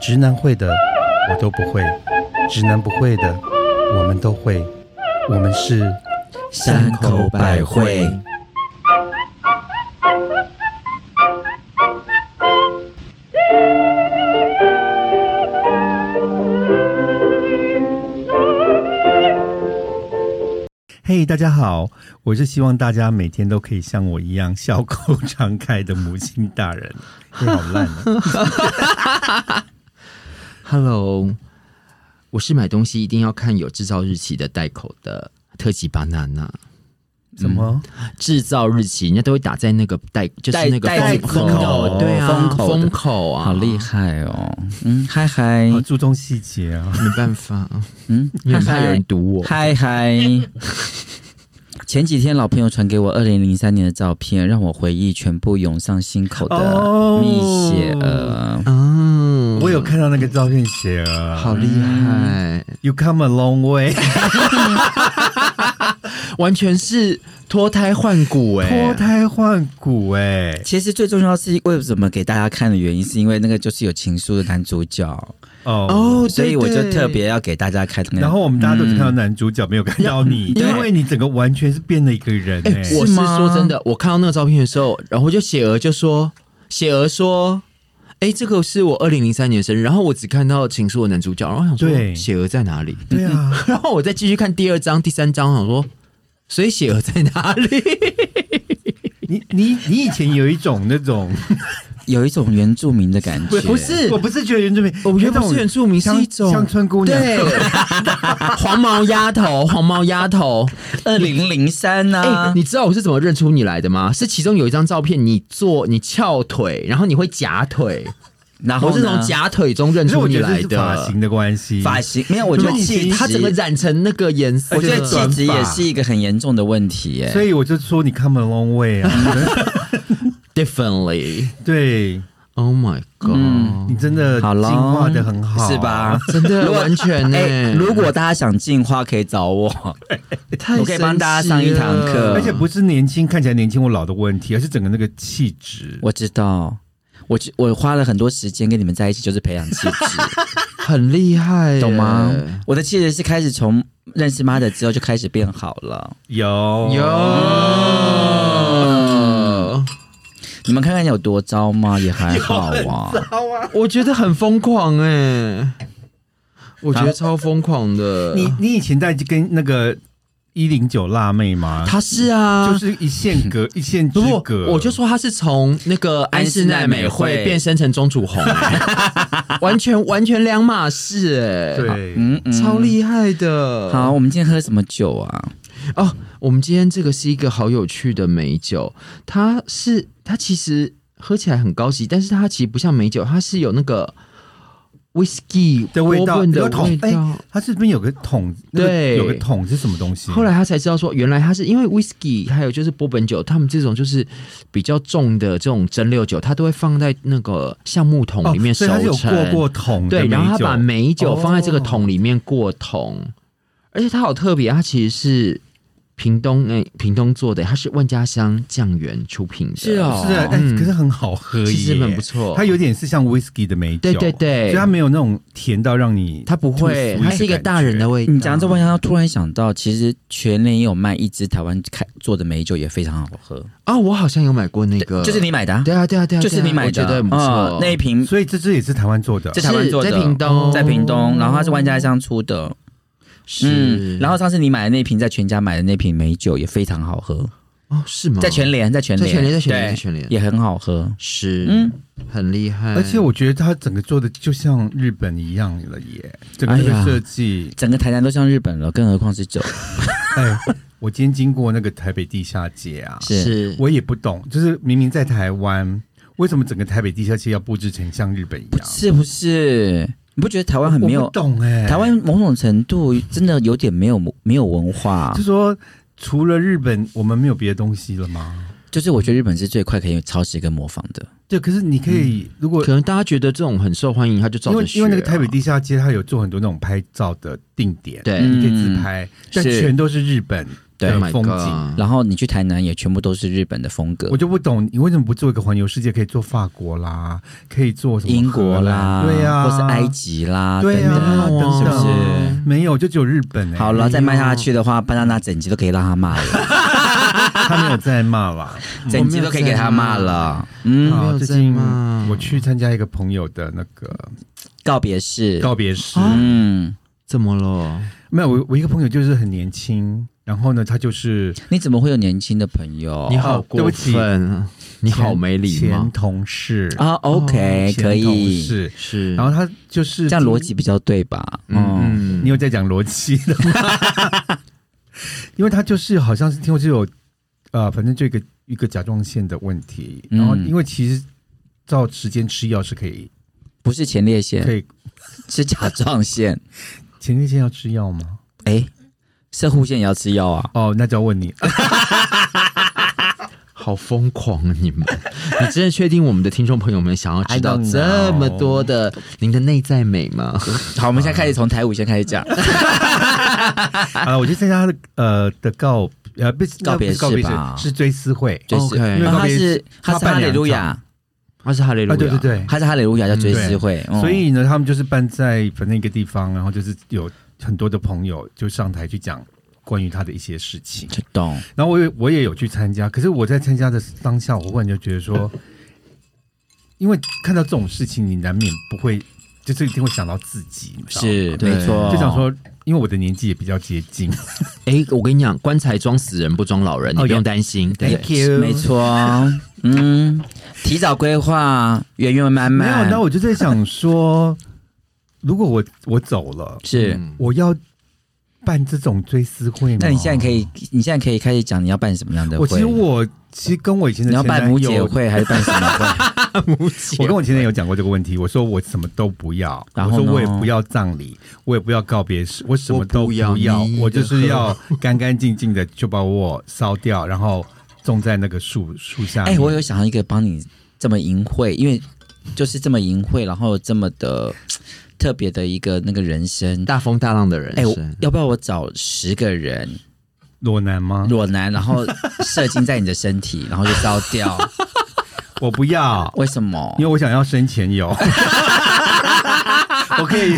直男会的我都不会，直男不会的我们都会，我们是山口百惠。嘿大家好，我是希望大家每天都可以像我一样笑口常开的母亲大 人。你好烂哦、 Hello，我是买东西一定要看有制造日期的袋口的特级巴娜娜。怎么？制造日期人家都会打在那个袋，就是那个袋封口，袋口对啊，封口的封口啊，好厉害哦！嗯，嗨嗨好，哦注重细节啊！没办 法，嗯，因为嗨很怕有人嗨堵我。嗨嗨。前几天老朋友传给我二零零三年的照片，让我回忆全部涌上心口的哦蜜雪儿。嗯， 我有看到那个照片写了，好厉害， ，You come a long way，完全是脱胎换骨哎、 脱胎换骨哎、其实最重要是为什么给大家看的原因，是因为那个就是有情书的男主角，哦。嗯哦，所以对我就对特别要给大家看那个。然后我们大家都只看到男主角，没有看到你，对因为你整个完全是变了一个人嗯哎、哎、我是吗说真的，我看到那个照片的时候，然后就雪儿就说，雪儿说，哎、这个是我二零零三年生日，然后我只看到情书的男主角，然后我想说，对雪儿在哪里？ 对啊，然后我再继续看第二章、第三章，我想说，所以雪儿在哪里？你你你以前有一种那种，有一种原住民的感 觉， 不是我不是觉得原住民，我觉得那种不是原住民乡是一种乡村姑娘，对， 黄毛丫头，黄毛丫头，二零零三哎、啊呐？你知道我是怎么认出你来的吗？是其中有一张照片，你坐，你翘腿，然后你会夹腿，然后我是呢从夹腿中认可是出我你觉得来这是的。发型的关系，发型没有，我觉得对气质，它整个染成那个颜色，我觉得而且气短质也发是一个很严重的问题耶。所以我就说你 come a long way 啊， differently。嗯对 Oh my god！、你真的好进了，化的很好，是？ 吧？真的完全欸呢、哎、如果大家想进化，可以找我。太我可以帮神大家奇上一堂了课而且不是年轻看起来年轻或老的问题，而是整个那个气质。 我知道，我知我花了很多时间跟你们在一起，就是培养气 质，很厉害耶，懂吗？我的气质是开始从认识妈的之后就开始变好了。有有，你们看看有多糟 吗？也还好啊。我觉得很疯狂哎、我觉得超疯狂的。你你以前在跟那个一零九辣妹吗？他是啊，就是一线 隔一线之不不隔，，我就说他是从那个安室奈美安室奈美惠惠变身成钟楚 红、哎完全完全两码事哎、对，嗯嗯，超厉害的。好，我们今天喝什么酒啊？哦，我们今天这个是一个好有趣的美酒，它是它其实喝起来很高级，但是它其实不像美酒，它是有那个 whisky 的味道，波本的有桶味哎道。，它这边有个桶，那个对有个桶是什么东西？后来他才知道说，原来他是因为 whisky 还有就是波本酒，他们这种就是比较重的这种蒸馏酒，它都会放在那个橡木桶哦里面所熟以它是有成。过过嗯桶的对，美然后他酒把美酒放在哦这个桶里面过桶，而且它好特别，它其实是屏东诶、屏东做的，它是万家香酱园出品的，是哦是啊，哎，嗯可是很好喝耶，其实很不错。它有点是像 whisky 的美酒，对对对所以它没有那种甜到让你，它不会，它是一个大人的。味道。你讲这，我想到突然想到，其实全联也有卖一支台湾开做的美酒，也非常好喝，啊、我好像有买过那个，就是你买的、啊，对啊对啊对啊，就是对啊你买的我啊，觉得很不错。嗯那一瓶所以这支也是台湾做的嗯在，台湾做的，是在屏东在屏东，然后它是万家香出的，是，嗯然后上次你买的那瓶，在全家买的那瓶美酒也非常好喝，嗯哦是吗？在全联，在全在联，全联在全联对在全联也很好喝。是，嗯很厉害。而且我觉得它整个做的就像日本一样了耶，整个哎的呀设计。整个台南都像日本了，更何 况是酒。哎，我今天经过那个台北地下街啊，是是我也不懂，就是明明在台湾，为什么整个台北地下街要布置成像日本一样？是不是？你不觉得台湾很没我有不？懂欸哎、台湾某种程度真的有点没有没有文化就，说除了日本，我们没有别的东西了吗？就是我觉得日本是最快可以抄袭跟模仿的。对，可是你可以，如果可能大家觉得这种很受欢迎，他就照因着为学啊因为那个台北地下街，它有做很多那种拍照的定点，对你可以自拍，但是全都是日本对的 Oh my 风景 God 然后你去台南也全部都是日本的风格嗯我，就不懂你为什么不做一个环游世界？可以做法国啦，可以做什么英国荷兰啦，对呀、或是埃，及啦，对啊等等，等是等不是？没有，就只有日本哎、好了，再卖下去的话，巴娜娜整集都可以让他骂 了，他没有在骂啦。整集都可以给他骂了。嗯，啊没有最在近骂我去参加一个朋友的那个告别式，告别式，嗯，怎么了？没有我我一个朋友就是很年轻，然后呢，他就是你怎么会有年轻的朋友？你好对过不起分啊，你好没礼前貌，同事，啊，OK，前可嗯同以，事，是哦然后他就是这样逻辑比较对吧？嗯，嗯，你有在讲逻辑的吗？ 因为他就是好像是听说就有呃，反正就一个一个甲状腺的问题，然后嗯因为其实照时间吃药是可以不是前列腺可，以，是甲状腺。 前列腺要吃药吗？哎，射护腺也要吃药啊？哦，那就要问你，好疯狂啊！你们， 你真的确定我们的听众朋友们想要知道 I don't know 这么多的您的内在美吗？ 好，我们现在开始从台舞先开始讲。啊，我就参加他的呃的告呃不是告别不是告别式吧是追思会， 就是 OK 因为然后告他别是式他是办哈两利路场，亚，他是哈雷路啊亚，对对对，他是哈利路亚叫追思会，嗯所以呢，他们就是办在反正一个地方，然后就是有很多的朋友就上台去讲关于他的一些事情。就懂然后我也我也有去参加，可是我在参加的当下，我忽然就觉得说，因为看到这种事情，你难免不会，就是一定会想到自己，你知道吗是对没错，就想说，因为我的年纪也比较接近， 哎，我跟你讲，棺材装死人不装老人，你哦不有用担心。对 Thank you 没错，嗯，提早规划，圆圆满没有，满，那我就在想说，如果我我走了，是。嗯我要办这种追思会吗？那你现在可以，你现在可以开始讲你要办什么样的我会？其实我其实跟我以前的你要前办男母友，姐会还是办什么 会？ 我跟我前男友讲过这个问题，我说我什么都不要，然我后说呢我也不要葬礼，我也不要告别式，我什么都不要，我我不要你的就是要干干净净的就把我烧掉，然后种在那个树树下哎、面。我有想到一个帮你这么淫秽，因为就是这么淫秽，然后这么的特别的一个那个人生。大风大浪的人哎、我生，要不要我找十个人裸男吗？裸男，然后射精在你的身体，然后就烧 掉？我不要，为什么因为？我想要生前 有。我可以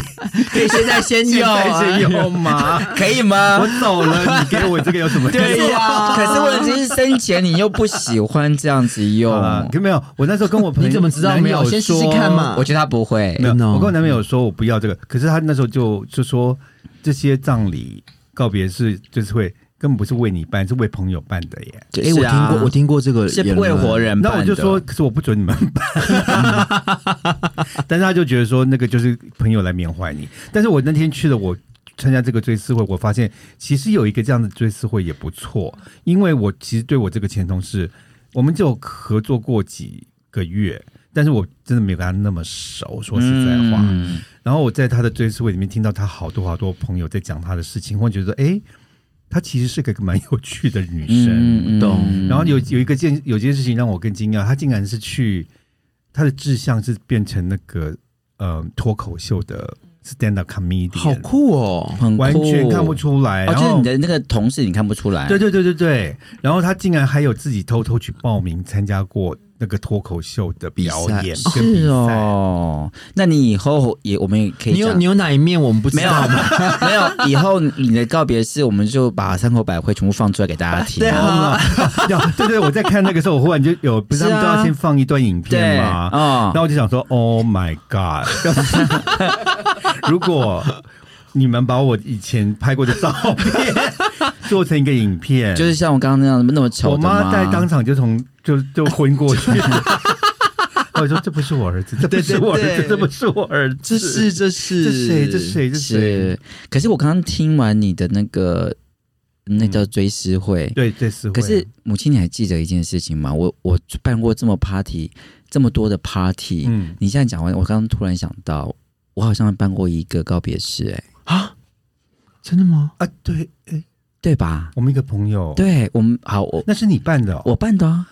可以现在先现用啊、在先有吗？可以吗？啊我走了，你给我这个有什么？对呀、可是问题是生前你又不喜欢这样子用好，了，没有。我那时候跟我朋友，你怎么知道没有男友先试试说看嘛我觉得他不会没有，真的哦我跟我男朋友说我不要嗯这个，可是他那时候就就说这些葬礼告别式就是会根本不是为你办，是为朋友办的耶。哎，我听过，我听过这个是言为论活人办那的，我就说，可是我不准你们 办。但是他就觉得说那个就是朋友来缅怀你。但是我那天去了我。参加这个追思会，我发现其实有一个这样的追思会也不错，因为我其实对我这个前同事，我们就合作过几个月，但是我真的没有跟他那么熟，说实在话，嗯然后我在他的追思会里面听到他好多好多朋友在讲他的事情，会觉得诶，她其实是个蛮有趣的女生。嗯懂然后有有一个件有件事情让我更惊讶，她竟然是去她的志向是变成那个呃脱口秀的 stand up comedian，好酷哦！很酷完全看不出来。哦，然就是后你的那个同事你看不出来，哦对对对对对，然后她竟然还有自己偷偷去报名参加过那个脱口秀的表演跟比是赛。哦。那你以后也我们也可以你有讲你有哪一面我们不知没有道吗？ 没有，以后你的告别式我们就把山口百惠全部放出来给大 家听。 对啊对哦对对，我在看那个时候，我忽然就有，不是是他啊们都要先放一段影对片吗？哦那我就想说，Oh my God！如果你们把我以前拍过的照片 做成一个影片，就是像我刚刚那样那么丑我的妈吗在当场就从就就昏过去。 我说这不是我儿子，这不是我儿对对子，对这不是我儿子，这是这是这谁？这？谁？这谁？是，可是我刚刚听完你的那个那叫追思会，嗯对，这是会。可是母亲你还记得一件事情吗？我我办过这么 party 这么多的 party，、嗯，你现在讲完，我刚刚突然想到，我好像办过一个告别式、哎，啊真的吗？啊，对，哎，对吧？我们一个朋友，，对我们好，我哦那是你办的哦。我办的、啊，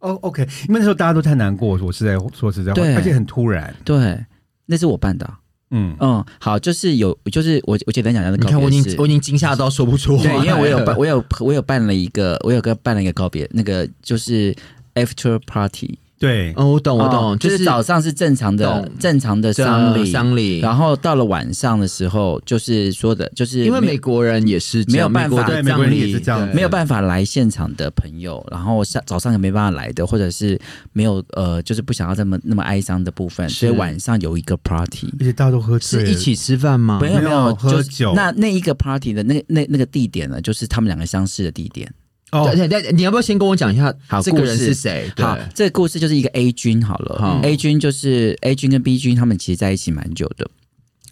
哦、o k 因为那时候大家都太难过，我实在说实在话对，而且很突然，对，那是我办的啊、嗯，嗯，好，就是有，就是我我简单讲一下那你个看告我已别经式我已经惊吓到说不出话对，来了，因为我有办，我有我有办了一个，我有个办了一个告别，那个就是 after party，对，哦，我懂我懂，哦就是是早上是正常的懂啊正常的丧礼，丧礼，然后到了晚上的时候，就是说的，就是因为没美国人也是这样没有办法美国的对美国人葬礼也是这样对没有办法来现场的朋友，然后下早上也没办法来的，或者是没有呃，就是不想要这么那么哀伤的部分，是所以晚上有一个 party，而且大家都喝醉是了，一起吃饭吗？没有没有没有喝就是酒那那一个 party 的那那那个地点呢，就是他们两个相识的地点。哦，对对对，你要不要先跟我讲一下，好这个人故事是谁？对好，这个故事就是一个 A 君好了好 a 君就是 A 君跟 B 君他们其实在一起蛮久的，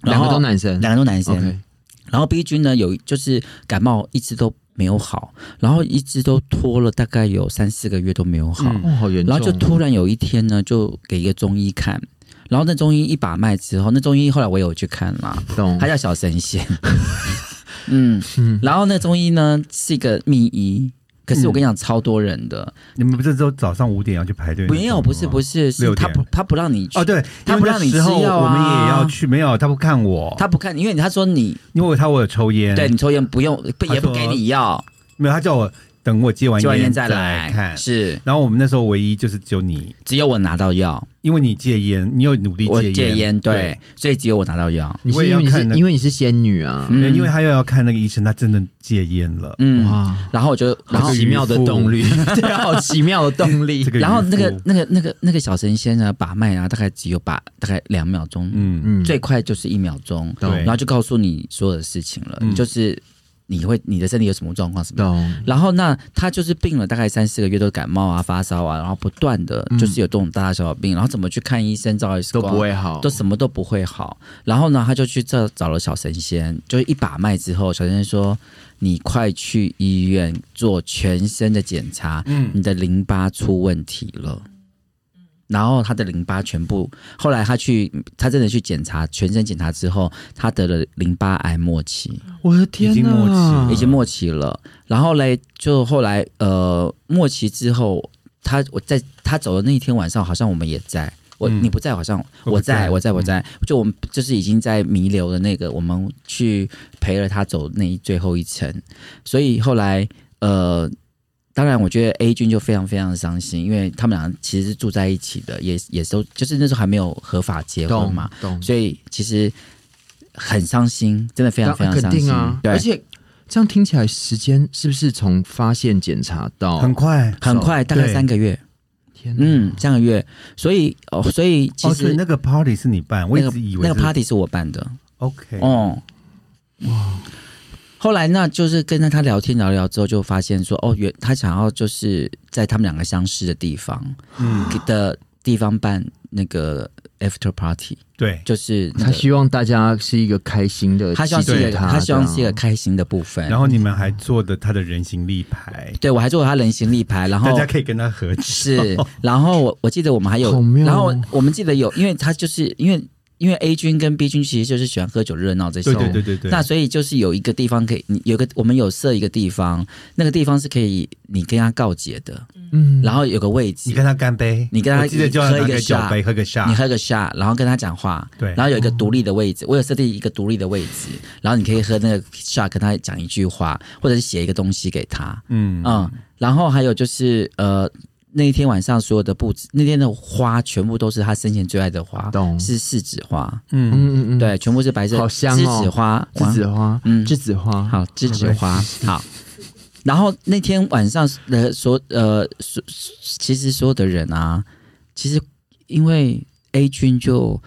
然两后个都男生，两个都男生 OK，然后 B 君呢有就是感冒一直都没有好，然后一直都拖了大概有三四个月都没有好，嗯哦，好严重然哦，后就突然有一天呢，就给一个中医看，然后那中医一把脉之后，那中医后来我也有去看啦，懂他，叫小神 仙，嗯，然后那中医呢是一个秘医。可是我跟你讲，超多人的，你们不是都早上五点要去排队那种吗？没有，不是不是，是哦六他点不他不让你去哦，，对，因他为不让那你时候吃药啊我们也要去，没有，他不看我，他不看你，因为他说你因为他我有抽烟，对你抽烟不用，不也不哎他给说你药，没有，他叫我等我接完戒完烟再再来看。是然后我们那时候唯一就是只有你，只有我拿到药，因为你戒烟，你有努力我烟，戒烟对，所以只有我拿到药，你我是也因要为你是看那个因为你是仙女啊，对，嗯哎因为他又要看那个医生，他真的戒烟了。嗯，哇，然后我就然好后奇妙的动力， 对啊，好奇妙的动力这，个渔夫，然后那个那个那个那个小神仙呢，把脉啊，大概只有把大概两秒钟，嗯，嗯最快就是一秒钟，对然后就告诉你所有的事情了，嗯就是你会你的身体有什么状况什么的。懂，然后那他就是病了大概三四个月，都感冒啊、发烧啊，然后不断的嗯就是有这种大大小小病，然后怎么去看医生、照 X 都光不会好，都什么都不会好。然后呢，他就去这找了小神仙，就是一把脉之后，小神仙说：“你快去医院做全身的检查，嗯你的淋巴出问题了。”然后他的淋巴全部，后来他去，他真的去检查，全身检查之后，他得了淋巴癌末期，我的天已经默呐，契已经末期了。然后嘞，就后来呃，末期之后，他我在他走的那一天晚上，好像我们也在。我、嗯你不在，好像我我不在在我在我在，就我们就是已经在弥留的那个，我们去陪了他走那一最后一程，所以后来呃，当然我觉得 A 君就非常非常伤心，因为他们俩其实是住在一起的，也也都就是那时候还没有合法结婚懂嘛，懂，所以其实很伤心，真的非常非常肯伤心，定啊，对而且这样听起来时间是不是从发现检查到嗯很快。很快，大概对三个月，天哪嗯，三个月，所以哦，所以其哦，所以实那个 party 是你办，我那一个直以为那个是 party 是我办的， OK，哦，哇！后来那就是跟着他聊天聊聊之后，就发现说，哦，原他想要就是在他们两个相识的地方嗯，的地方办那个 after party，对，就是那他个希望大家是一个开心的，他希望是一记个得他他希望这样是一个开心的部分。然后你们还做的他的人形立牌，对我还做了他人形立牌，然大后家可以跟他合照， 是，然后我我记得我们还有好，妙哦然后我们记得有，因为他就是因为因为 A 君跟 B 君其实就是喜欢喝酒热闹这对种，对对对对，那所以就是有一个地方可以，你有个我们有设一个地方，那个地方是可以你跟他告解的，嗯然后有个位你置，跟他干杯，你跟他我记得就要喝一拿个酒 shot 杯，喝个 shot，你喝个下，然后跟他讲话，对然后有一个独立的位置，我有设定一个独立的位置，然后你可以喝那个下跟他讲一句话，或者是写一个东西给他，嗯嗯，然后还有就是呃。那一天晚上所有的布置，那天的花全部都是他生前最爱的花，懂是柿子花，嗯，嗯嗯嗯，对，全部是白色，好香哦栀子花，栀子花，嗯栀子花，好，栀子花，好。然后那天晚上，呃，所呃，所其实所有的人啊，其实因为 A 君就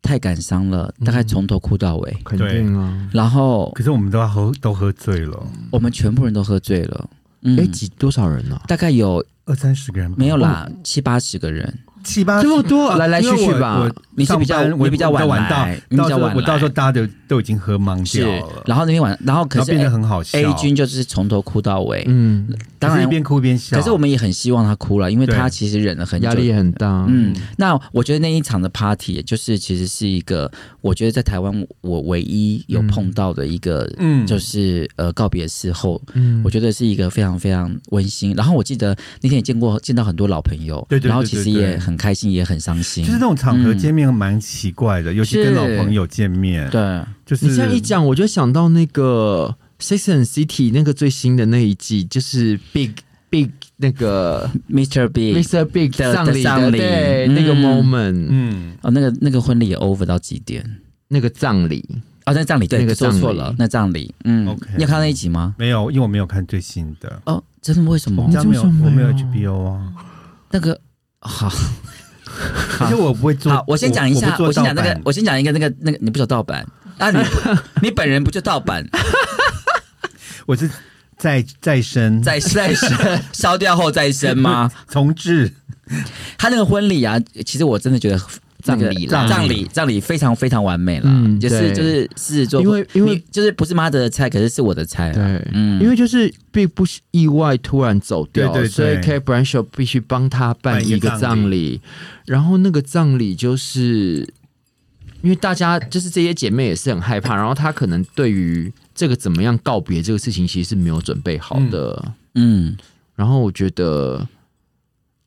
太感伤了，嗯大概从头哭到尾。肯定啊。然后可是我们都要喝都喝醉了，我们全部人都喝醉了，哎，嗯，几多少人呢？大概有二三十个人吧没有哦啦，七八十个人。七八这么多，啊来来因去为去我吧我。你是比较上班我你比较晚晚到来，你比到较时候晚我到时候来大家都都已经喝懵掉了，然后那天晚，然后可然后是哎变得很好笑 A 君就是从头哭到尾。嗯，当可是然一，边哭一边笑，可是我们也很希望他哭了，因为对他其实忍了很久压，力很大。嗯，那我觉得那一场的 party 就是其实是一个，我觉得在台湾我唯一有碰到的一个，嗯就是呃告别式后，嗯我觉得是一个非常非常温馨。然后我记得那天也见过见到很多老朋友，对对对然后其实对对也很很开心，也很伤心。就是那种场合嗯见面蛮奇怪的，尤其跟是老朋友见面，对，就是你这样一讲，我就想到那个《Sex and City》那个最新的那一季，就是 Big Big 那个 Mr. B， Mr. Big 的上礼的葬礼对嗯那个 moment，、嗯，哦，那个那个婚礼也 over 到几点？那个葬礼，啊、那葬礼对，那个说葬错礼了，那葬礼，嗯 OK 你有看到那一集吗？没有，因为我没有看最新的，哦，真的为什我么们？家没有，这为什么我没有没 HBO 啊，那个好而且我不会做，好，我先讲一下，我我不做先盗讲那个版，我先讲一个那个那个，你不走盗版，啊你你本人不就盗版，我是再再生 再再生 烧掉后再生吗？重置，他那个婚礼啊，其实我真的觉得那个葬礼啦葬礼葬礼非常非常完美了，嗯就对是就是狮子座，因为因为你就是不是妈的菜，可是是我的菜、啊，对。嗯，因为就是 Big 不是意外突然走掉，对对对所以 K Branshaw 必须帮他办办一个一个葬葬礼，然后那个葬礼就是因为大家就是这些姐妹也是很害怕，然后她可能对于这个怎么样告别这个事情其实是没有准备好的，嗯然后我觉得，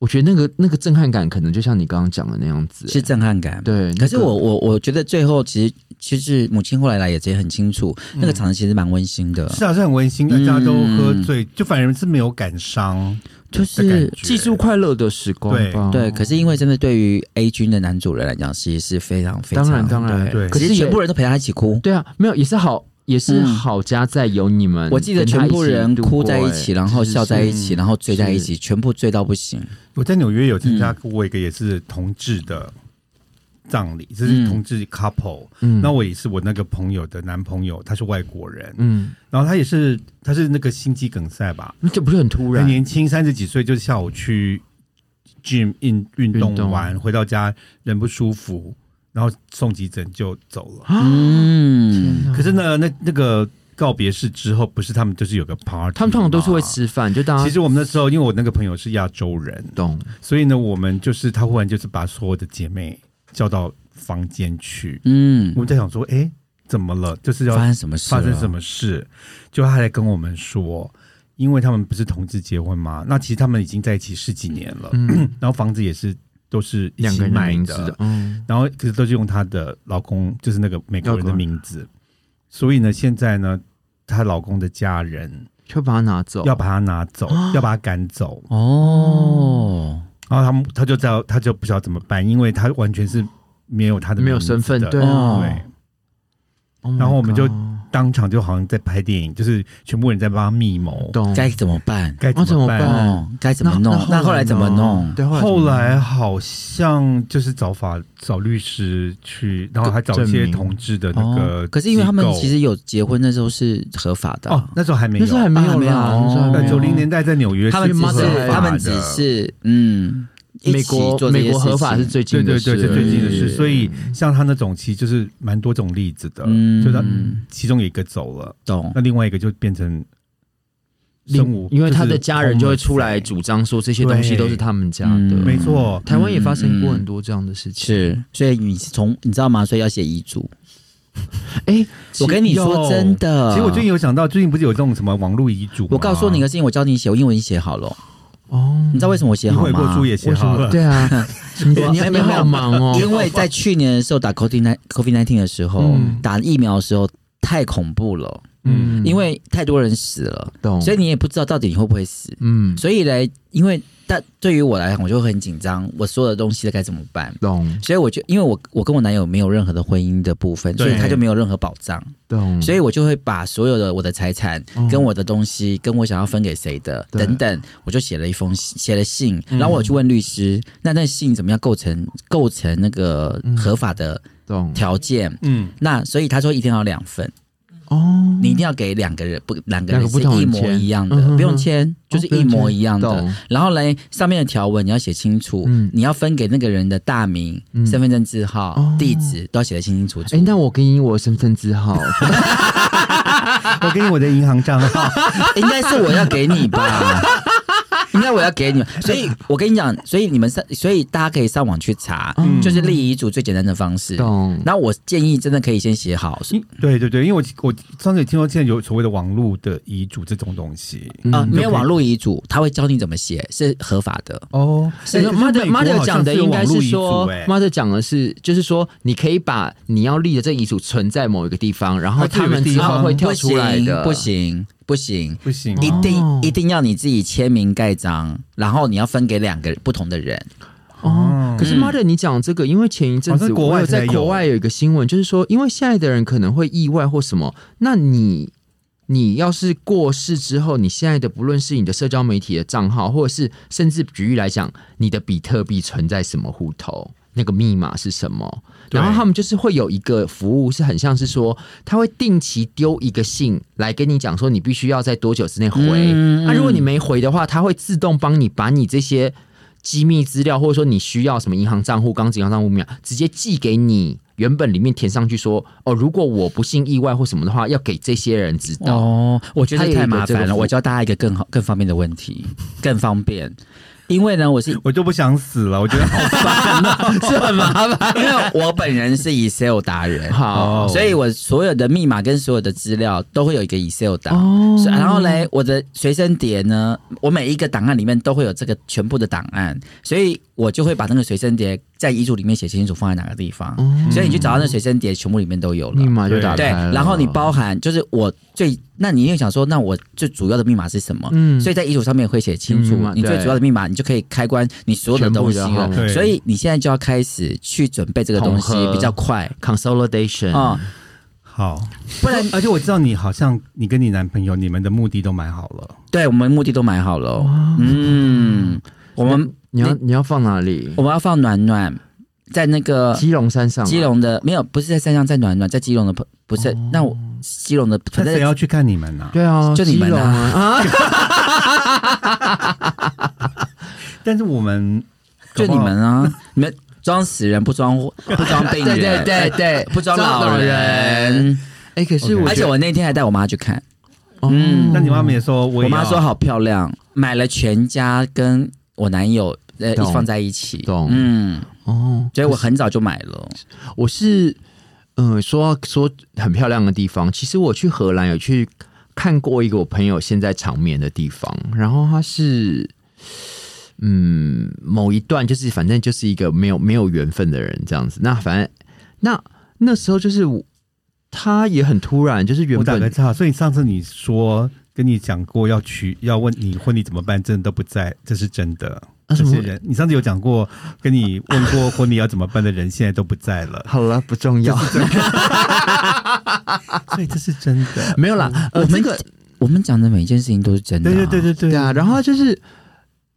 我觉得那个那个震撼感可能就像你刚刚讲的那样子、是震撼感，对，可是那个我我我觉得最后其实其实母亲后来来也也很清楚，那个场子其实蛮温馨的，是啊，是很温馨，大家都嗯喝醉，就反而是没有感伤，就的感是觉记住快乐的时光对吧，对。可是因为真的对于 A 军的男主人来讲，其实是非常非常当然当然对可可是是也全部人都陪他一起哭。对啊，没有也是好，也是嗯好家在有你们、我记得全部人哭在一哎起，然后笑在一起，然后醉在一起，全部醉到不行。我在纽约有参加嗯过一个也是同志的葬礼，这嗯是同志 couple。嗯那我也是我那个朋友的男朋友，他是外国人，嗯，然后他也是他是那个心肌梗塞吧，那这不是很突很然？年轻，三十几岁，就是下午去 gym 运运动动完，回到家人不舒服，然后送急诊就走了。啊嗯，可是呢，那那个告别式之后，不是他们就是有个 party，他们通常都是会吗。吃饭，就大家其实我们那时候，因为我那个朋友是亚洲人， 懂所以呢，我们就是他忽然就是把所有的姐妹叫到房间去，嗯我，们在想说，诶，怎么了？就是要发生什么事？发啊生什？么事？就他来跟我们说，因为他们不是同志结婚吗？那其实他们已经在一起十几年了，然后房子也是都是一嗯两起个人的买名字的的，，嗯，然后可是都是用她的老公，就是那个美国人的名字，所以呢，现在呢，她老公的家人就把它拿走，啊要把她拿走，要把她赶走，哦，然后他们他就在他就不晓得怎么办，因为他完全是没有他的没有名字的身份，对啊，哦对， Oh my 然后我们就 God 当场就好像在拍电影，就是全部人在帮他密谋，懂该怎么办？该怎么那怎么办办？哦，该怎么弄？那后来怎么呢弄？对，后来啊来好像就是找法找律师去，然后还找一些证明同志的那个机构、哦，可是因为他们其实有结婚，那时候是合法的啊。哦，那时候还没怎么办那有，时候还没有啦，啊那时候还没呃，有九零年代在纽约是他们只不合是法他们只的是嗯，一美起国做这些美国合法是事情最近对的对事对，而已，是最近的事，所以嗯像他那种其实就是蛮多种例子的，嗯就他其中有一个走了，懂那另外一个就变成另生无，因为他就的是家人就会出来 homeless 主张说这些东西对都是他们家的。嗯没错，台湾也发生过很嗯多这样的事情。是，所以你是从你知道吗？所以要写遗嘱。哎、我跟你说有真的，其实我最近有想到，最近不是有这种什么网络遗嘱吗？我告诉你一个事情，我教你写，我嗯英文已经写好了。哦，你知道为什么我写你好悔过吗书？也写为什好么？了，对啊， 你我你没你有没有好忙哦。因为在去年的时候打 COVID 1 COVID nineteen 的时候，嗯打疫苗的时候太恐怖了，嗯因为太多人死了，懂，所以你也不知道到底你会不会死。嗯所以嘞，因为但对于我来讲，我就会很紧张，我所有的东西都该怎么办？懂所以我就因为我我跟我男友没有任何的婚姻的部分，对所以他就没有任何保障，懂，所以我就会把所有的我的财产嗯跟我的东西，跟我想要分给谁的对等等，我就写了一封信写了信，然后我有去问律师，那那信怎么样构成构成那个合法的懂条件？嗯，那所以他说一定要两份，哦，你一定要给两个人不两个两个人不是同一人模签一样的嗯，哼不用哼签，就是一模一样的。懂然后嘞，上面的条文你要写清楚，嗯你要分给那个人的大名、嗯身份证字号、哦地址都要写得清清楚楚。哎、那我给你我身份证 号， 我给你我的银行账号， 应该是我要给你吧？应那我要给你们。所以我跟你讲，所以你们上，所以大家可以上网去查，嗯就是立遗嘱最简单的方式。懂嗯那我建议真的可以先写好，因对对对，因为我我上次也听说现在有所谓的网络的遗嘱这种东西嗯啊，没有可以网络遗嘱，他会教你怎么写，是合法的。哦。是哎 mother 可是美国 mother 好像讲的有应该网是络遗说嘱哎，mother 讲的是就是说，你可以把你要立的这个遗嘱存在某一个地方，然后啊这有他个们地之后方会跳不出来行的，不行，不行，不行啊一哦定一定要你自己签名盖章，然后你要分给两个不同的人。哦哦。可是 mother 你讲这个，因为前一阵好子像国我外有在才国有外有一个新闻，就是说，因为现在的人可能会意外或什么，那你。你要是过世之后，你现在的不论是你的社交媒体的账号，或者是甚至举例来讲，你的比特币存在什么户头，那个密码是什么，对然后他们就是会有一个服务，是很像是说，他会定期丢一个信来跟你讲说，你必须要在多久之内回。那、啊嗯如果你没回的话，他会自动帮你把你这些机密资料，或者说你需要什么银行账户、刚子银行账户密码，直接寄给你原本里面填上去说，哦，如果我不幸意外或什么的话，要给这些人知道。哦，我觉它有得一个太麻这个烦了。服务我教大家一个更好、更方便的问题，更方便。因为呢，我是我就不想死了，我觉得好烦啊。是很麻烦，因为我本人是 Excel 达人，好哦所以我所有的密码跟所有的资料都会有一个 Excel 档。哦所以然后嘞，我的随身碟呢，我每一个档案里面都会有这个全部的档案，所以我就会把那个随身碟在遗嘱里面写清楚放在哪个地方，嗯所以你就找到那随身碟，全部里面都有了密。码就打对，开了然后你包含就是我最，那你又想说，那我最主要的密码是什么？嗯所以在遗嘱上面会写清楚嗯密码你最对主要的密码，你就可以开关你所有的东西全部的号了码。对所以你现在就要开始去准备这个东西统，合嗯比较快 consolidation 啊、好，不然而且我知道你好像你跟你男朋友你们的目的都买好了，对，我们目的都买好了哦。嗯，我们你要你要放哪里我？们要放暖暖在那个基隆山上啊、基隆的，没有，不是在山上，在暖暖，在基隆的朋不是，哦那我基隆的那反谁正要去看你们呢？对啊，就你们啊基隆啊，啊但是我们就你们啊，你们装死人不 装不装病人，对对对对不装老装老人人。哎、可是我 OK 而觉且得，我那天还带我妈去看，嗯嗯那你妈妈也说我我也要，妈说好漂亮，买了全家跟我男友呃懂放在一起，懂嗯，哦，所以我很早就买了，我是，嗯，说到说很漂亮的地方，其实我去荷兰有去看过一个我朋友现在长眠的地方，然后它是，嗯，某一段就是反正就是一个没有没有缘分的人这样子。那反正那那时候就是我他也很突然，就是原我打个本岔，所以上次你说跟你讲过要娶，要问你婚礼怎么办，真的都不在，这是真的。啊这什么些人，你上次有讲过，跟你问过婚礼要怎么办的人，现在都不在了，好了不重要，所以这是真的。 没有啦。呃，我这们个我们讲的每一件事情都是真的、对对对对，对对对啊，然后他就是，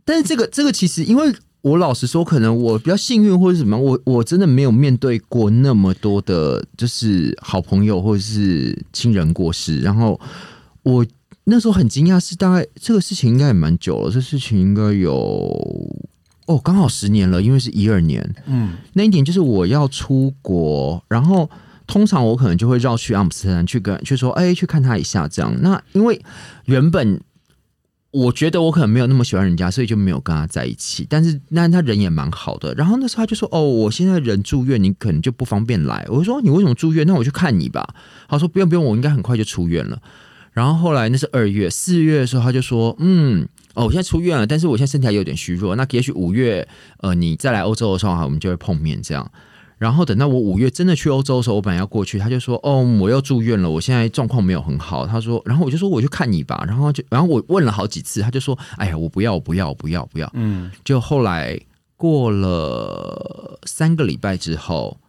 但是这个这个其实，因为我老实说，可能我比较幸运或者什么，我我真的没有面对过那么多的，就是好朋友或者是亲人过世。然后我那时候很惊讶，是大概这个事情应该也蛮久了，这事情应该有哦，刚好十年了，因为是一二年。 嗯，那一点就是我要出国，然后通常我可能就会绕去阿姆斯特丹去跟去说，哎、去看他一下这样。那因为原本我觉得我可能没有那么喜欢人家，所以就没有跟他在一起。但是那他人也蛮好的，然后那时候他就说，哦，我现在人住院，你可能就不方便来。我就说你为什么住院？那我去看你吧。他说不用不用，我应该很快就出院了。然后后来那是二月、四月的时候，他就说，嗯。哦，我现在出院了，但是我现在身体还有点虚弱。那也许五月呃，你再来欧洲的时候，好我们就会碰面这样。然后等到我五月真的去欧洲的时候，我本来要过去，他就说：“哦，我又住院了，我现在状况没有很好。”他说，哎然后我就说：“我去看你吧。”然后就，然后我问了好几次，他就说：“哎呀，我不要，我不要，我不要，不要。”嗯，就后来过了三个礼拜之后，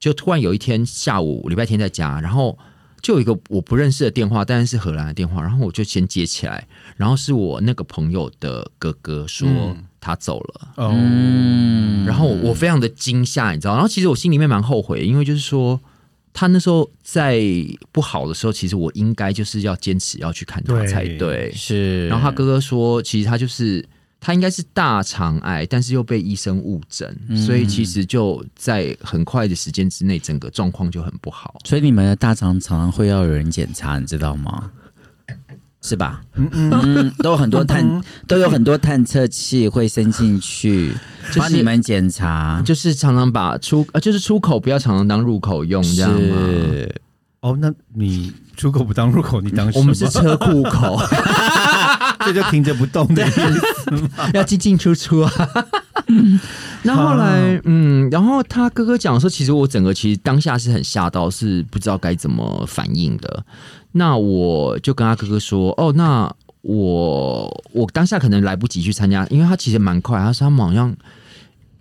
就突然有一天下午，礼拜天在家，然后就有一个我不认识的电话，当然是荷兰的电话，然后我就先接起来，然后是我那个朋友的哥哥说嗯他走了。哦，嗯然后我非常的惊吓，你知道，然后其实我心里面蛮后悔，因为就是说他那时候在不好的时候，其实我应该就是要坚持要去看他对才对。是，然后他哥哥说，其实他就是他应该是大肠癌，但是又被医生误诊，嗯所以其实就在很快的时间之内，整个状况就很不好。所以你们的大肠常常会要有人检查，你知道吗？是吧？嗯嗯，嗯，都有很多探，都有很多探测器会伸进去就是帮你们检查，就是常常把出呃，就是出口不要常常当入口用，这样吗？是哦，那你出口不当入口，你当什我么？们是车库口，这就停着不动的意思。 要进进出出啊。那后来，嗯，然后他哥哥讲说，其实我整个其实当下是很吓到，是不知道该怎么反应的。那我就跟他哥哥说，哦，那我我当下可能来不及去参加，因为他其实蛮快，他说他们好像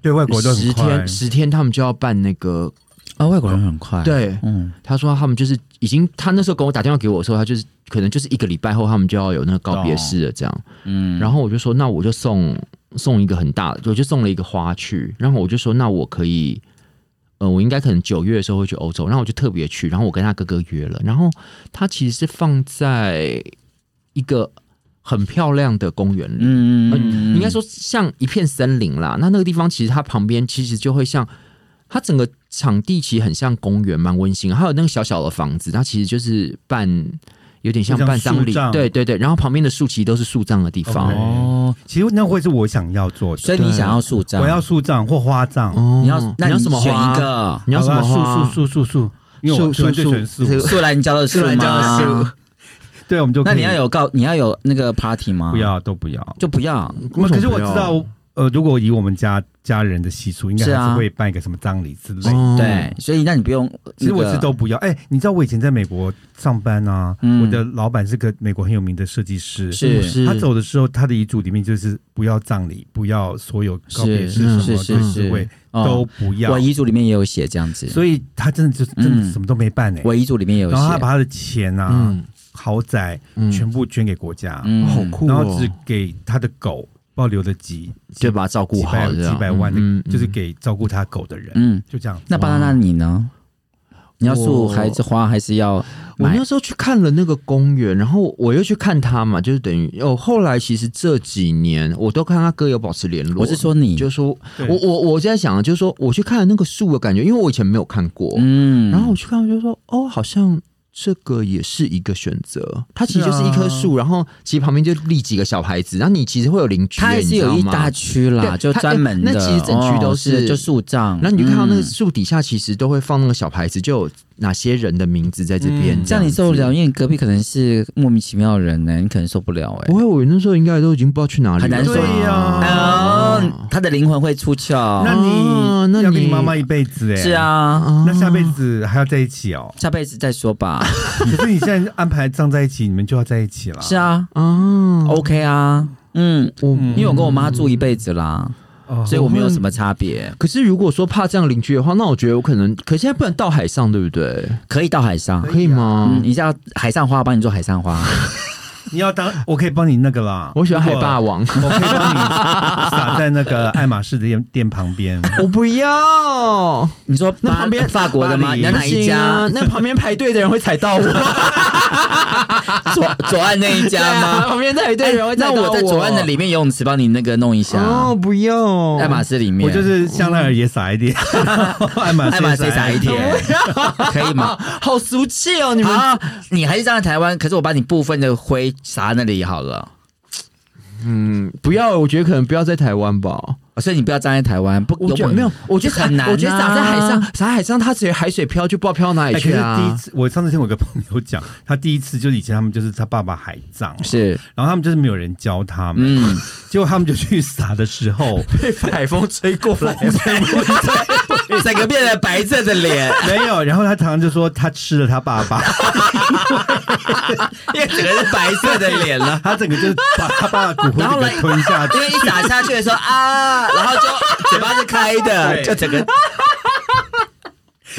对外国都十很快天，十天他们就要办那个， 啊、外国人很快，，对，嗯，他说他们就是已经，他那时候跟我打电话给我的时候，他就是可能就是一个礼拜后他们就要有那个告别式了，这样。嗯，然后我就说，那我就送送一个很大的，我就送了一个花去。然后我就说，那我可以，呃，我应该可能九月的时候会去欧洲，然后我就特别去，然后我跟他哥哥约了。然后他其实是放在一个很漂亮的公园里，嗯，嗯嗯，应该，说像一片森林啦。那那个地方其实它旁边其实就会像，它整个场地其实很像公园，蛮温馨啊的。还有那个小小的房子，它其实就是半有点像就像半葬礼树葬，对对对。然后旁边的树其实都是树葬的地方。 OK 哦，其实那会是我想要做所的。以你想要树葬，我要嗯树葬或花葬，哦你要，那你要什么选花？一个你要什么好吧花？树树树树树，因为我树突然对树全树，树树兰椒的树树兰椒吗？啊的树对，我们就可那以你要有告，你要有那个 party 吗？不，要都不要。就不要。为什么可是我不知要道，呃，如果以我们家家人的习俗，应该是啊还是会办一个什么葬礼之类的。哦对，所以那你不用。嗯其实我是那个都不要。哎、你知道我以前在美国上班啊，嗯我的老板是个美国很有名的设计师，是是他走的时候，他的遗嘱里面就是不要葬礼，不要所有告别式是什是么是追是思会哦都不要我，遗嘱里面也有写这样子，所以他真的就真的什么都没办哎、我遗嘱里面也有然后他把写。他的钱啊、嗯豪宅嗯全部捐给国家，嗯好酷然哦，后只给他的狗保留了几就把它照顾几好百，这样几百万的，嗯嗯就是给照顾他狗的人，嗯，就这样。那巴娜娜你呢？你要树我还是花，还是要我买那？时候去看了那个公园，然后我又去看他嘛，就是等于哦，后来其实这几年我都看他哥有保持联络。我是，说你，就是说对我我我在想，就是说我去看了那个树的感觉，因为我以前没有看过，嗯，然后我去看，我就说哦，好像。这个也是一个选择，它其实就是一棵啊树，然后其实旁边就立几个小孩子，然后你其实会有邻居，它还是有你一知道吗大区啦，对就它哎专门的。那其实整区都哦是就树葬，然后你就看到那个嗯树底下其实都会放那个小牌子，就有哪些人的名字在这边。嗯这样你受受不了，因为你隔壁可能是莫名其妙的人呢，你可能受不了不哎。会，我那时候应该都已经不知道去哪里了，很难说对呀哦，他的灵魂会出窍。那哦你那要跟你你妈妈一辈子哎、是，啊，那下辈子还要在一起哦。下辈子再说吧。 可是你现在安排葬在一起，你们就要在一起了。是，啊啊， ，OK 啊，嗯，我因为我跟我妈住一辈子啦，哦所以我没有什么差别。可是如果说怕这样邻居的话，那我觉得我可能，可现在不能到海上，对不对？可以到海上，可以啊吗嗯，？你叫海上花，我帮你做海上花。你要当，我可以帮你那个啦。我喜欢海霸我王，我可以帮你撒在那个爱马仕的店店旁边。我不要。你说那巴旁边法国的巴吗？黎你要哪一不行家？啊那旁边排队的人会踩到我，左左岸那一 对家啊，吗？旁边排队的人会哎那踩到我在左岸的里面游泳池帮你那个弄一下，啊哦，不要爱马仕里面。我就是香奈儿也撒一点，爱马仕爱马仕撒一点， 可以吗？ 好俗气哦，你们啊，你还是站在台湾，可是我把你部分的灰撒那里好了，嗯，不要，我觉得可能不要在台湾吧。哦所以你不要站在台湾，不，我觉得没有，我觉得很难啊我觉得撒在海上，撒在海上，它只有海水飘，就不知道飘到哪哎里可去是啊。第一次，我上次听我一个朋友讲，他第一次就是以前他们就是他爸爸海葬，是，然后他们就是没有人教他们，嗯， 结果他们就去撒的时候， 被海风吹过来，整个变成白色的脸，没有，然后他常常就说他吃了他爸爸， 因为整个是白色的脸了。他整个就是把他爸爸的骨灰然后整呢个吞下去 因。为一撒下去的时候啊，然后就嘴巴是开的，对就整个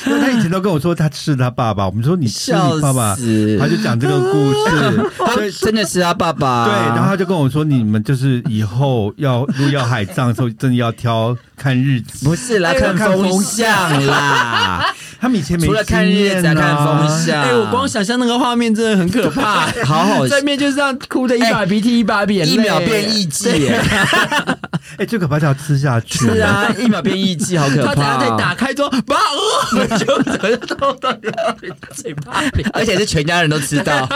因为他以前都跟我说他吃他爸爸，我们说你吃笑你爸爸，死。他就讲这个故 事，他所以真的是他爸爸，对，然后他就跟我说，你们就是以后要如果要海葬的时候，真的要挑看日期。不是来哎看看风风向啦，他们以前没除了看日子经还验看啊风向。哎、我光想象那个画面真的很可怕，好 好在面就是这样哭的一把鼻涕一把眼泪，一秒变一季耶，哎，最可怕是要吃下去。 是，啊，一秒变一季，好可他等怕下哦。再打开之哦后，把我就整个到到嘴巴里。 而且是全家人都知道，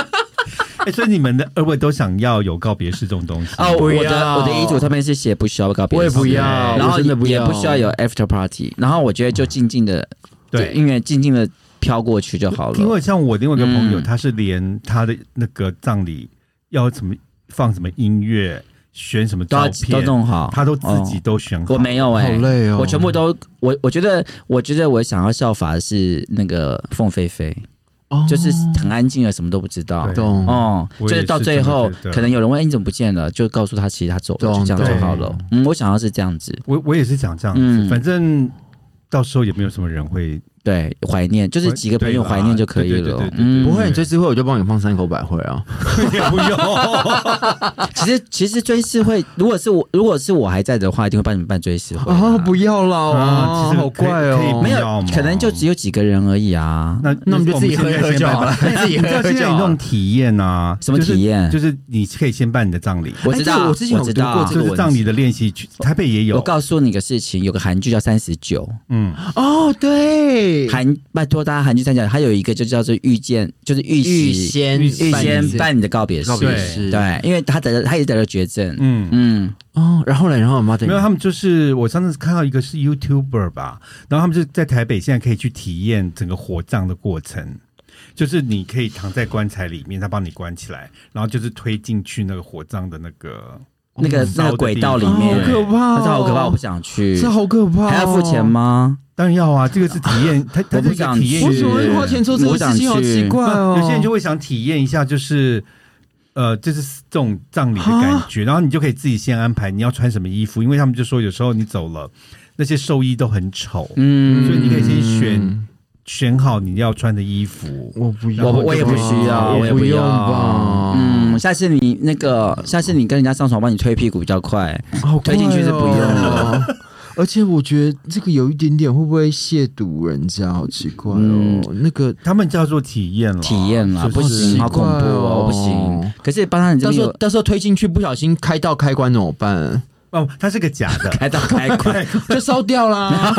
哎所以你们的二位都想要有告别式这种东西哦，不我要的我的遗嘱上面是写不需要告别式，我也不要然我后真的不也要不需要有 after party，然后我觉得就静静的，对，因为静静的飘过去就好了。因为像我另外一个朋友，嗯他是连他的那个葬礼要怎么放什么音乐、选什么都照要都片，弄好，他都自己哦。都选好。我没有好哎，累哦，我全部都我我觉得我觉得我想要效法的是那个凤飞飞，哦就是很安静的，什么都不知道对。懂哦，我也就是到是最这么后觉得，可能有人问：“哎，你怎么不见了？”就告诉他，其实他走了，懂就这样就好对了。嗯，我想要是这样子，我我也是想这样子，嗯反正到时候也没有什么人 会对，怀念就是几个朋友对啦怀念就可以对对对了对。对嗯，不会，你追思会我就帮你放山口百惠啊。也不 用。其实其实追思会，如果是我如果是我还在的话，一定会帮你们办追 思会啊，啦不要啦，啊啊其，实好可以怪可以哦，不没要有嘛，可能就只有几个人而已啊。那那我们就自己喝一喝就好了我 们现在先拜拜你知道 自己喝一喝就好了现在有那种体验啊，什么体验就是？就是你可以先办你的葬礼，我知哎这道，个我之前有知道读过这个就是葬礼的练习曲，台北也我有。告诉你个事情，有个韩剧叫《三十九嗯，哦，对》，，韩拜托大家韩剧参加，它有一个就叫做遇见，就是遇预袭先预预先先办你的告别式告，别式式，对，因为他得了，他也得了绝症，嗯嗯，哦，然后嘞，然后妈的，没有，他们就是我上次看到一个是 YouTuber 吧，然后他们就在台北现在可以去体验整个火葬的过程，就是你可以躺在棺材里面，他帮你关起来，然后就是推进去那个火葬的那个，那个那个轨道里面，哦好可怕哦这好可怕，我不想去这，好可怕哦，还要付钱吗？当然要啊，这个是体验，他他我不这个想体验我营怎么会花钱做这个事情？好我想去奇怪哦！有些人就会想体验一下，就是呃，就是这种葬礼的感觉，然后你就可以自己先安排你要穿什么衣服，因为他们就说有时候你走了，那些寿衣都很丑，嗯，所以你可以先选选好你要穿的衣服。我不要我我也不需要哦我也不不用要吧？嗯，，下次你那个，下次你跟人家上床，帮你推屁股比较快。好推进去是不用了。而且我觉得这个有一点点会不会亵渎人家，好奇怪哦嗯。那个他们叫做体验了，体验啦就是不行好好恐怖哦不行。可是帮他你这到时边候有，到时候推进去不小心开到开关怎么 办？哦，它是个假的 开到开关，就烧掉 啦，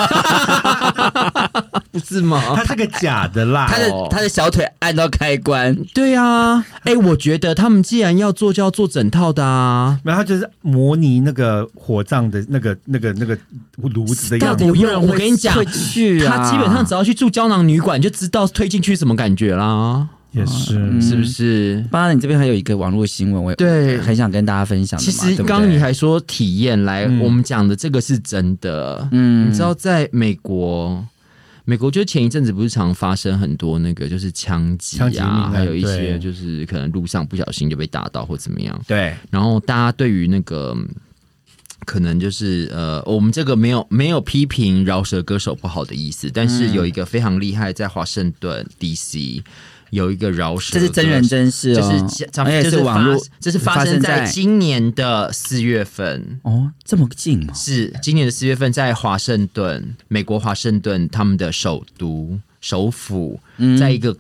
不是吗？它是个假的啦。他的他的小腿按到开关，对啊，哎、我觉得他们既然要做，就要做整套的啊。然后它就是模拟那个火葬的那个、那个、那个炉子的样子到底。不用我跟你讲会去啊，他基本上只要去住胶囊女馆，就知道推进去什么感觉啦，也是嗯是不是？巴拉，你这边还有一个网络新闻，我也对很想跟大家分享的其嘛。实对不对刚刚你还说体验来，嗯我们讲的这个是真的。嗯你知道在美国，美国就前一阵子不是常发生很多那个就是枪击枪击命啊案，还有一对些就是可能路上不小心就被打到或怎么样。对然后大家对于那个嗯可能就是呃，我们这个没有没有批评饶舌歌手不好的意思，但嗯是有一个非常厉害，在华盛顿 D.C. 有一个饶舌这歌手，是真人真事就哦，是咱而们且就是是网络发，这是发生在今年的四月份，哦这么近吗？是今年的四月份在华盛顿，美国华盛顿他们的首都首府，嗯在一个。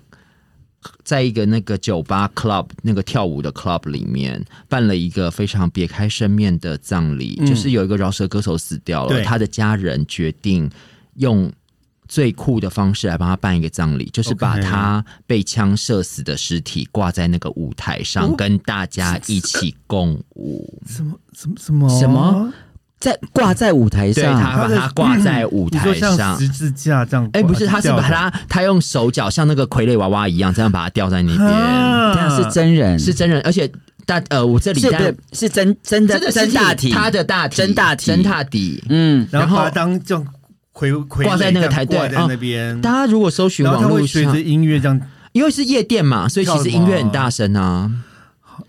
在一个那个酒吧 club 那个跳舞的 club 里面，办了一个非常别开生面的葬礼，嗯就是有一个饶舌歌手死掉对了，他的家人决定用最酷的方式来帮他办一个葬礼，就是把 OK 他被枪射死的尸体挂在那个舞台哦上，跟大家一起共舞。什么什么什么什么？在挂在舞台对上，他把它挂在舞你台说像上。十字架这样挂？哎、不是，他是吊把着他他用手脚像那个傀儡娃娃一样，这样把它吊在那边，啊等一下是真人，嗯是真人，而且大呃，我这里是不但是是真真的真的是真大体？他的大体，真大体真大体。嗯，然然后后把它当这样傀傀儡挂在那个台这样挂对在哦那嗯边，大家如果搜寻然后网它会络随上着，音乐这 样，因为是夜店嘛，所以其实音乐很大声啊。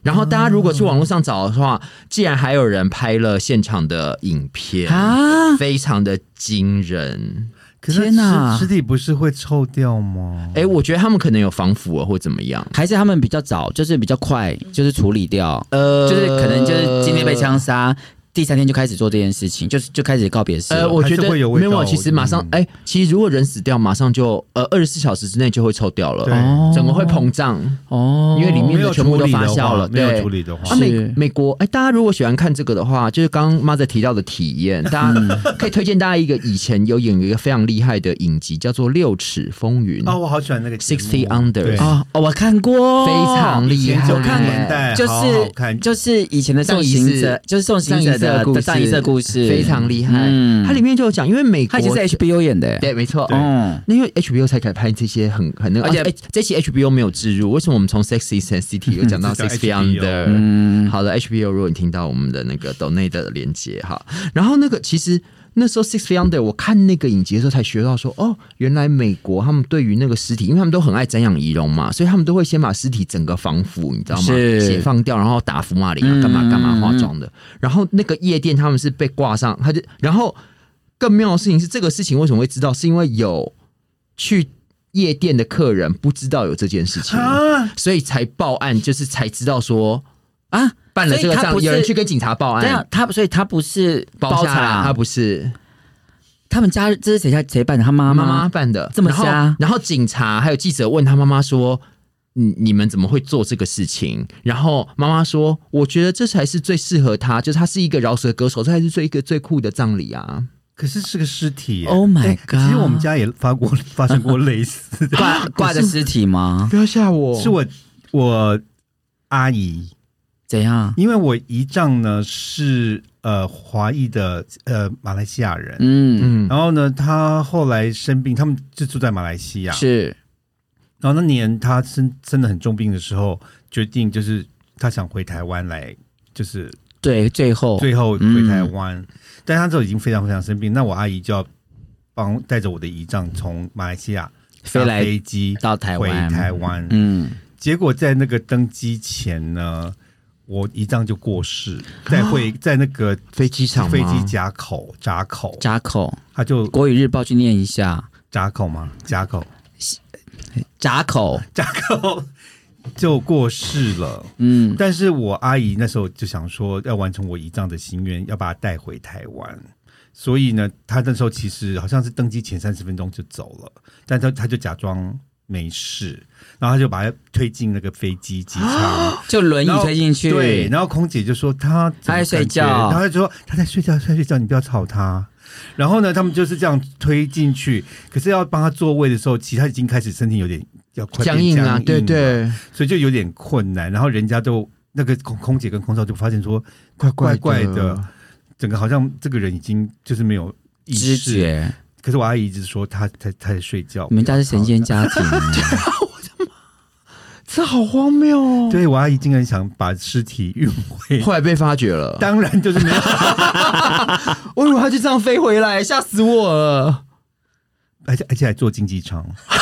然后大家如果去网络上找的话，既然还有人拍了现场的影片，啊，非常的惊人。可是天哪尸尸体不是会臭掉吗？哎，我觉得他们可能有防腐啊了或怎么样，还是他们比较早，就是比较快，就是处理掉，嗯呃就是可能就是今天被枪杀，第三天就开始做这件事情，就是就开始告别式了。呃，我还是觉得会有味没有，道其实马上嗯哎、其实如果人死掉，马上就呃二十四小时之内就会抽掉了，对哦整个会膨胀。哦，因为里面没有全部处都理发的酵话了没有对处理的话啊，，美是美国哎、大家如果喜欢看这个的话，就是刚刚 mother 提到的体验，嗯大家可以推荐大家一个以前有演一个非常厉害的影集，叫做《六尺风云》哦，我好喜欢那个节目 Sixty 嗯 Under 对啊、哦，我看过，非常以厉前害。 90年代哎就是好好看就是以前的送行者，就是送行上一者次的故事，上一次的故事，非常厉害。嗯它里面就有讲，因为美国他以前是 HBO 演的 耶，对，没错，对嗯，那因为 HBO 才开始拍这些很很那个，而而且且、这期 HBO 没有置入，为什么我们从 Sexy and City 又讲到这叫 Sixty HBO Under？、好嗯了，HBO，如果你听到我们的那个 Donate 的连接哈，然后那个其实。那时候 Six Feet Under，我看那个影集的时候才学到说，哦，原来美国他们对于那个尸体，因为他们都很爱瞻仰仪容嘛，所以他们都会先把尸体整个防腐，你知道吗？是嗯解放掉，然后打福马林啊，干嘛干嘛化妆的。然后那个夜店他们是被挂上，他就然后更妙的事情是，这个事情为什么会知道？是因为有去夜店的客人不知道有这件事情，啊，所以才报案，就是才知道说啊，办了这所以个他不账，是有人去跟警察报这样案，他所以他不是包包下来，他场，不是他们家这是谁家谁办的？他妈妈妈办的，这么然后瞎然后警察还有记者问他妈妈说。你你们怎么会做这个事情？然后妈妈说：“我觉得这才是最适合他，就是他是一个饶舌歌手，这才是最一个最酷的葬礼啊！可是是个尸体耶 Oh my 哎其实 God 我们家也发过发生过类似 的，挂挂着尸体吗？不要吓我是我我阿姨，怎样？因为我姨丈呢是呃华裔的呃马来西亚人，嗯，嗯，然后呢他后来生病，他们就住在马来西亚，是然后那年他生生的很重病的时候，决定就是他想回台湾来，就是对，最后最后回台湾，但他就已经非常非常生病。那我阿姨就要帮带着我的姨丈从马来西亚飞搭来飞机到台回湾，台湾，嗯，结果在那个登机前呢，我姨丈就过世，在会、在那个飞机场吗飞机夹口闸口，闸口，他就国语日报去念一下，闸口吗？闸口闸口，闸口 就过世了。嗯，但是我阿姨那时候就想说，要完成我姨丈的心愿，要把他带回台湾。所以呢，他那时候其实好像是登机前三十分钟就走了，但他他就假装没事，然后他就把他推进那个飞机机舱， 就轮椅然后推进去，对，然后空姐就说他他在睡觉然后就说他在睡觉，他在睡觉，你不要吵他。然后呢，他们就是这样推进去，可是要帮他座位的时候，其实他已经开始身体有点要快变僵硬啊，了对，对，所以就有点困难。然后人家都那个空空姐跟空少就发现说，怪怪怪的，整个好像这个人已经就是没有意知识。觉。可是我阿姨一直说她她她在睡觉，你们家是神仙不要吵家 庭，这好荒谬哦她。对我阿姨竟然想把尸体运 回，后来被发觉了，当然就是没有。我以为他就这样飞回来，吓死我了。而且而且还坐经济舱，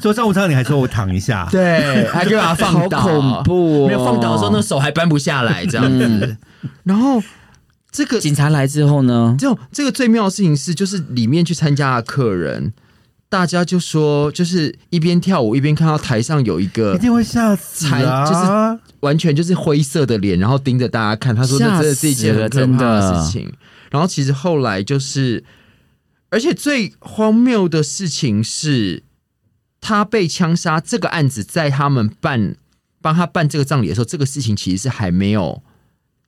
坐商务舱你还说我躺一下，对，还可以把它放倒，好恐怖哦没有放倒的时候，那手还搬不下来，这样子。嗯然后这个警察来之后呢？这种这个最妙的事情是，就是里面去参加的客人，大家就说，就是一边跳舞一边看到台上有一一个定会吓死啊！完全就是灰色的脸，然后盯着大家看。他说：“吓那死真的是一件了很可真怕的的事情。”然后其实后来就是，而且最荒谬的事情是，他被枪杀这个案子，在他们办帮他办这个葬礼的时候，这个事情其实是还没有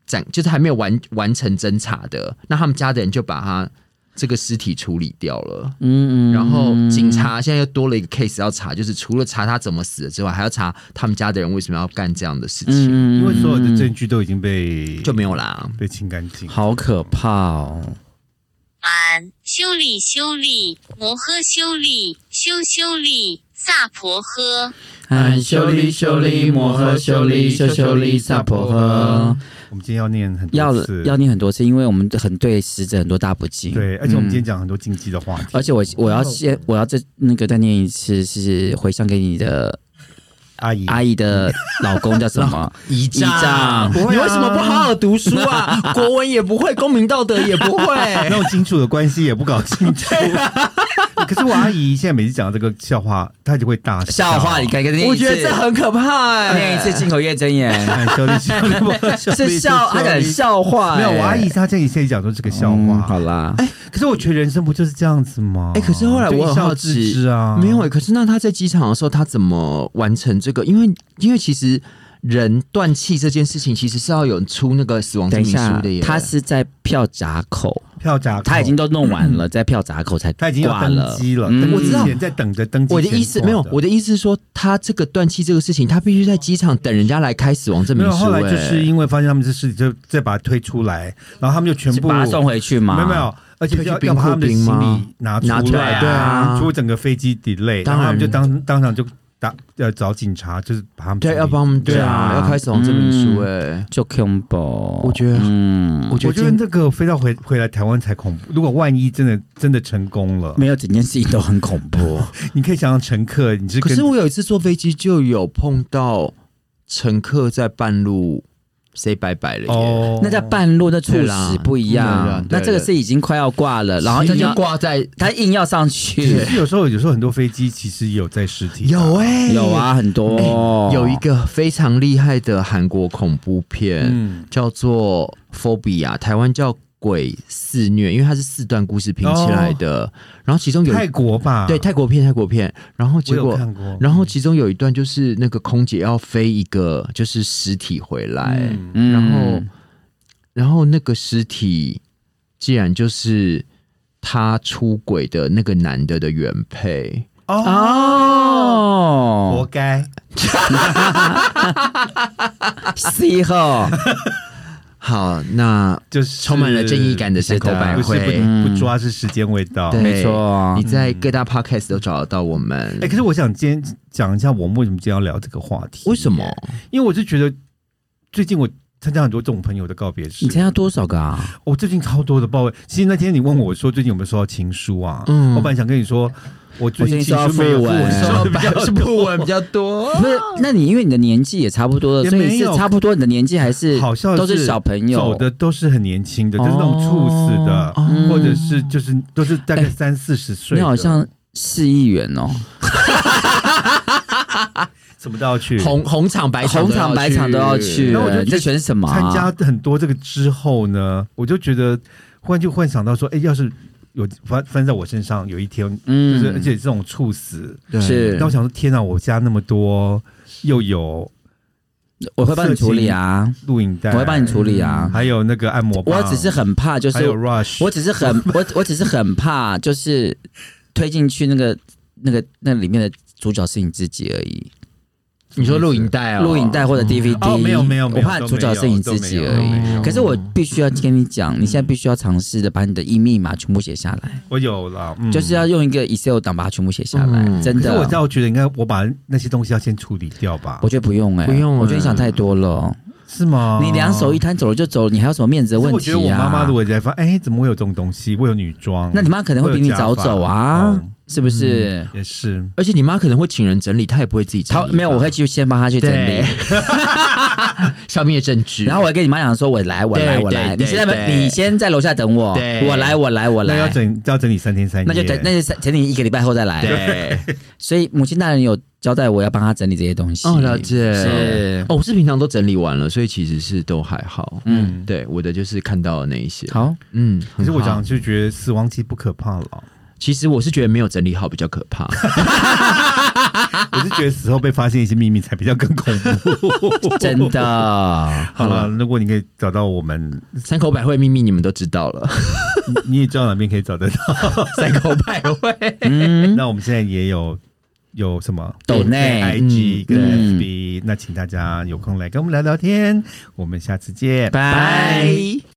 展，就是还没有完完成侦查的。那他们家的人就把他这个尸体处理掉了。嗯嗯，然后警察现在又多了一个 case 要查，就是除了查他怎么死的之外，还要查他们家的人为什么要干这样的事情，嗯，嗯因为所有的嗯证据都已经被就没有啦。被清干净。好可怕哦！俺修理修理摩诃修理修修理萨婆诃。俺修理修理摩诃修理修修理萨婆诃，我们今天要念很要多次，要念很多次，因为我们很对死者很多大不敬。对，而且我们嗯今天讲很多禁忌的话题，而且我我要先我要再那个再念一次，是回向给你的阿姨阿姨的老公叫什么？姨丈不会啊你为什么不好好读书啊？国文也不会，公民道德也 不那会。 种金主的关系也不搞清楚，可是我阿姨现在每次讲到这个笑话，她就会大笑话，你看，我觉得这很可怕、欸。念一次进口业 真言，哎，修理修理我，修理是笑，修他理讲笑话、没有，我阿姨哎她这里现在讲说这个笑嗯话。好啦，可是我觉得人生不就是这样子吗？哎、可是后来就我一很哦笑好置奇之啊，没有哎、可是那他在机场的时候，他怎么完成这个？因为因为其实人断气这件事情，其实是要有出那个死亡证等一明书下的耶。，他是在票闸口，票闸口，他已经都弄完了，在票闸口才他已经要挂登了机了，嗯登我机知道前在等着登机我前挂。的意思没有，我的意思是说，他这个断气这个事情，他必须在机场等人家来开死亡证没明有。书、欸。后来哎就是因为发现他们是尸体，就再把他推出来，然后他们就全是部把他送回去没吗？有没有，而且退去要冰要把库他们的冰行吗李拿拿出出来，来对啊出整个飞机 delay，然当后他们就然当当场就打呃找警察，就是把他们对，处理要帮我们对啊嗯要开死亡证明书、哎、就 combo，我觉得嗯我觉我得觉今得这个飞到回回来台湾才恐怖。如果万一真的真的成功了，没有整件事情都很恐怖，你可以想想乘客，你是可跟是我有一次坐飞机就有碰到乘客在半路 say 拜拜了耶。哦，那在半路那猝对啦死不一对啦样，对那啦这个是已经快要挂了，然后他硬就要挂在他硬要上其去，实有时候有时候很多飞机其实有在尸体的，有哎、有啊，很哦多有一个非常厉害的韩国恐怖片，嗯，叫做《Phobia》，台湾叫《鬼肆虐》，因为它是四段故事拼起来的。哦然后其中有一泰国吧，对泰国片，泰国片，然啊后我结有果，看过，嗯然后其中有一段就是那个空姐要飞一个就是尸体回来，嗯嗯，然后然后那个尸体竟然就是他出轨的那个男的的原配。哦，活哦该， ，C 后好，那就是充满了正义感的山口百不是惠。不不抓是时间未到。对没错你，在各大 podcast 都找得到我们。嗯哎、可是我想今天讲一下我们为什么今天要聊这个话题。为什么？因为我就觉得最近我参加很多这种朋友的告别式你，参加多少个啊？我、最近超多的报备。其实那天你问我说最近有没有收到情书啊？嗯我本来想跟你说，我最我最近情收到书没有讣文我收到比较多，文比较多。 不是，那你因为你的年纪也差不多也了，所没以是有差不多，你的年纪还 是好像都是小朋走友哦的都是很年轻的，就是那种猝死的，嗯或者是就是都是大概哎三四十岁你的，好像市议员哦，什么都要去。红红场白场红场白场都要去，然后我就觉得你在选什么啊？参加很多这个之后呢，我就觉得忽然就幻想到说，哎、要是有翻翻在我身上，有一天就嗯，是、而且这种猝死，对是那我想说，天啊，我家那么多，又有我会帮你处理啊，录影带，嗯我会帮你处理啊。还有那个按摩棒，我只是很怕，就还是有 rush，我只是 很我我只是很怕，就是推进去那个那个那里面的主角是你自己而已，你说录影带哦，录影带或者 DVD，哦没有没有没我有怕都主角是没有你都自没己有而都没已有。可是我必须要跟你讲，你现在必须要尝试的把你的一密码全部写下来，我有了，嗯、就是。要用一个 Excel 档把它全部写下来，嗯真可是的。我倒觉得应该我把那些东西要先处理掉吧我，觉得不用哎、不啊用我觉得你欸想太多哦了。是吗？你两手一摊走了就走了，你还有什么面子的可是问我题觉啊？得我妈妈如果在发，哎，怎么会有这种东西？我有女装，那你妈可能会比你早走我有嗯假啊发，是不是？也是，而且你妈可能会请人整理，她也不会自己整她理吧。没有，我会去先帮她去整理对，消灭证据，然后我会跟你妈讲说，我来，我来，对我来。对你现在对没，你先在楼下等我，对我来，我来，我那要来。整要整理三天三夜，那就等，那就等你一个礼拜后再来。对所以母亲大人有交代我要帮她整理这些东西。哦，了解是哦，我是平常都整理完了，所以其实是都还好。嗯，对，我的就是看到的那一些。好，嗯，可是我很好想就觉得死亡期不可怕了，嗯其实我是觉得没有整理好比较可 怕。我是觉得死后被发现一些秘密才比较更恐 怖。真的。好了，如果你可以找到我们， 三口百惠秘密你们都知道了，你你也知道哪边可以找得到。三口 百惠。嗯，那我们现在也有有什么抖内 IG 跟嗯 FB，那请大家有空来跟我们聊聊天。我们下次见，拜。